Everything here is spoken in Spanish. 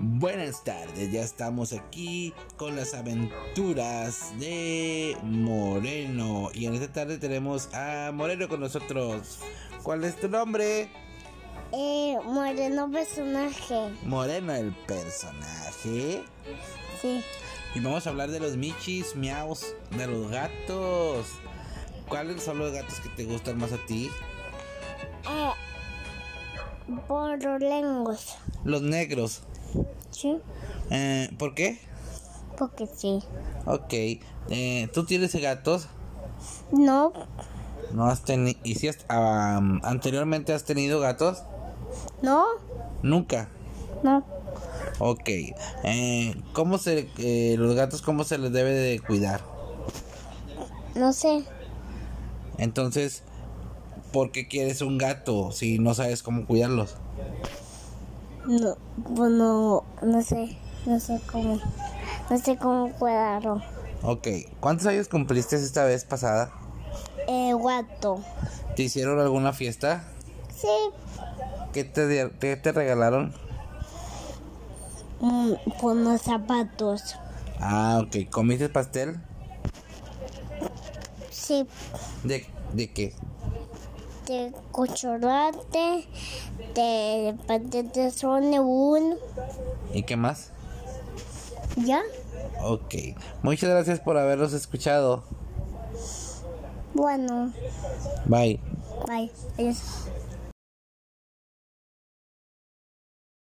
Buenas tardes, ya estamos aquí con las aventuras de Moreno. Y en esta tarde tenemos a Moreno con nosotros. ¿Cuál es tu nombre? Eh, moreno personaje. Moreno el personaje. Sí. Y vamos a hablar de los michis, miaus, de los gatos. ¿Cuáles son los gatos que te gustan más a ti? Eh, borrolengos. Los negros. Sí. Eh, ¿Por qué? Porque sí. Ok. eh, ¿Tú tienes gatos? No, ¿No has tenido... ¿Y si has- am, anteriormente has tenido gatos? no, Nunca. no. Ok. Eh, ¿Cómo se... eh, los gatos, cómo se les debe de cuidar? No sé. Entonces, ¿por qué quieres un gato si no sabes cómo cuidarlos? No, bueno, no sé. No sé cómo. No sé cómo cuidarlo. Ok. ¿Cuántos años cumpliste esta vez pasada? Eh, guato. ¿Te hicieron alguna fiesta? Sí. ¿Qué te, di- qué te regalaron? Mm, con los zapatos. Ah, ok. ¿Comiste pastel? Sí. ¿De, de qué? De chocolate, de patatas son de un. ¿Y qué más? ¿Ya? Ok. Muchas gracias por habernos escuchado. Bueno, Bye. bye. Adiós.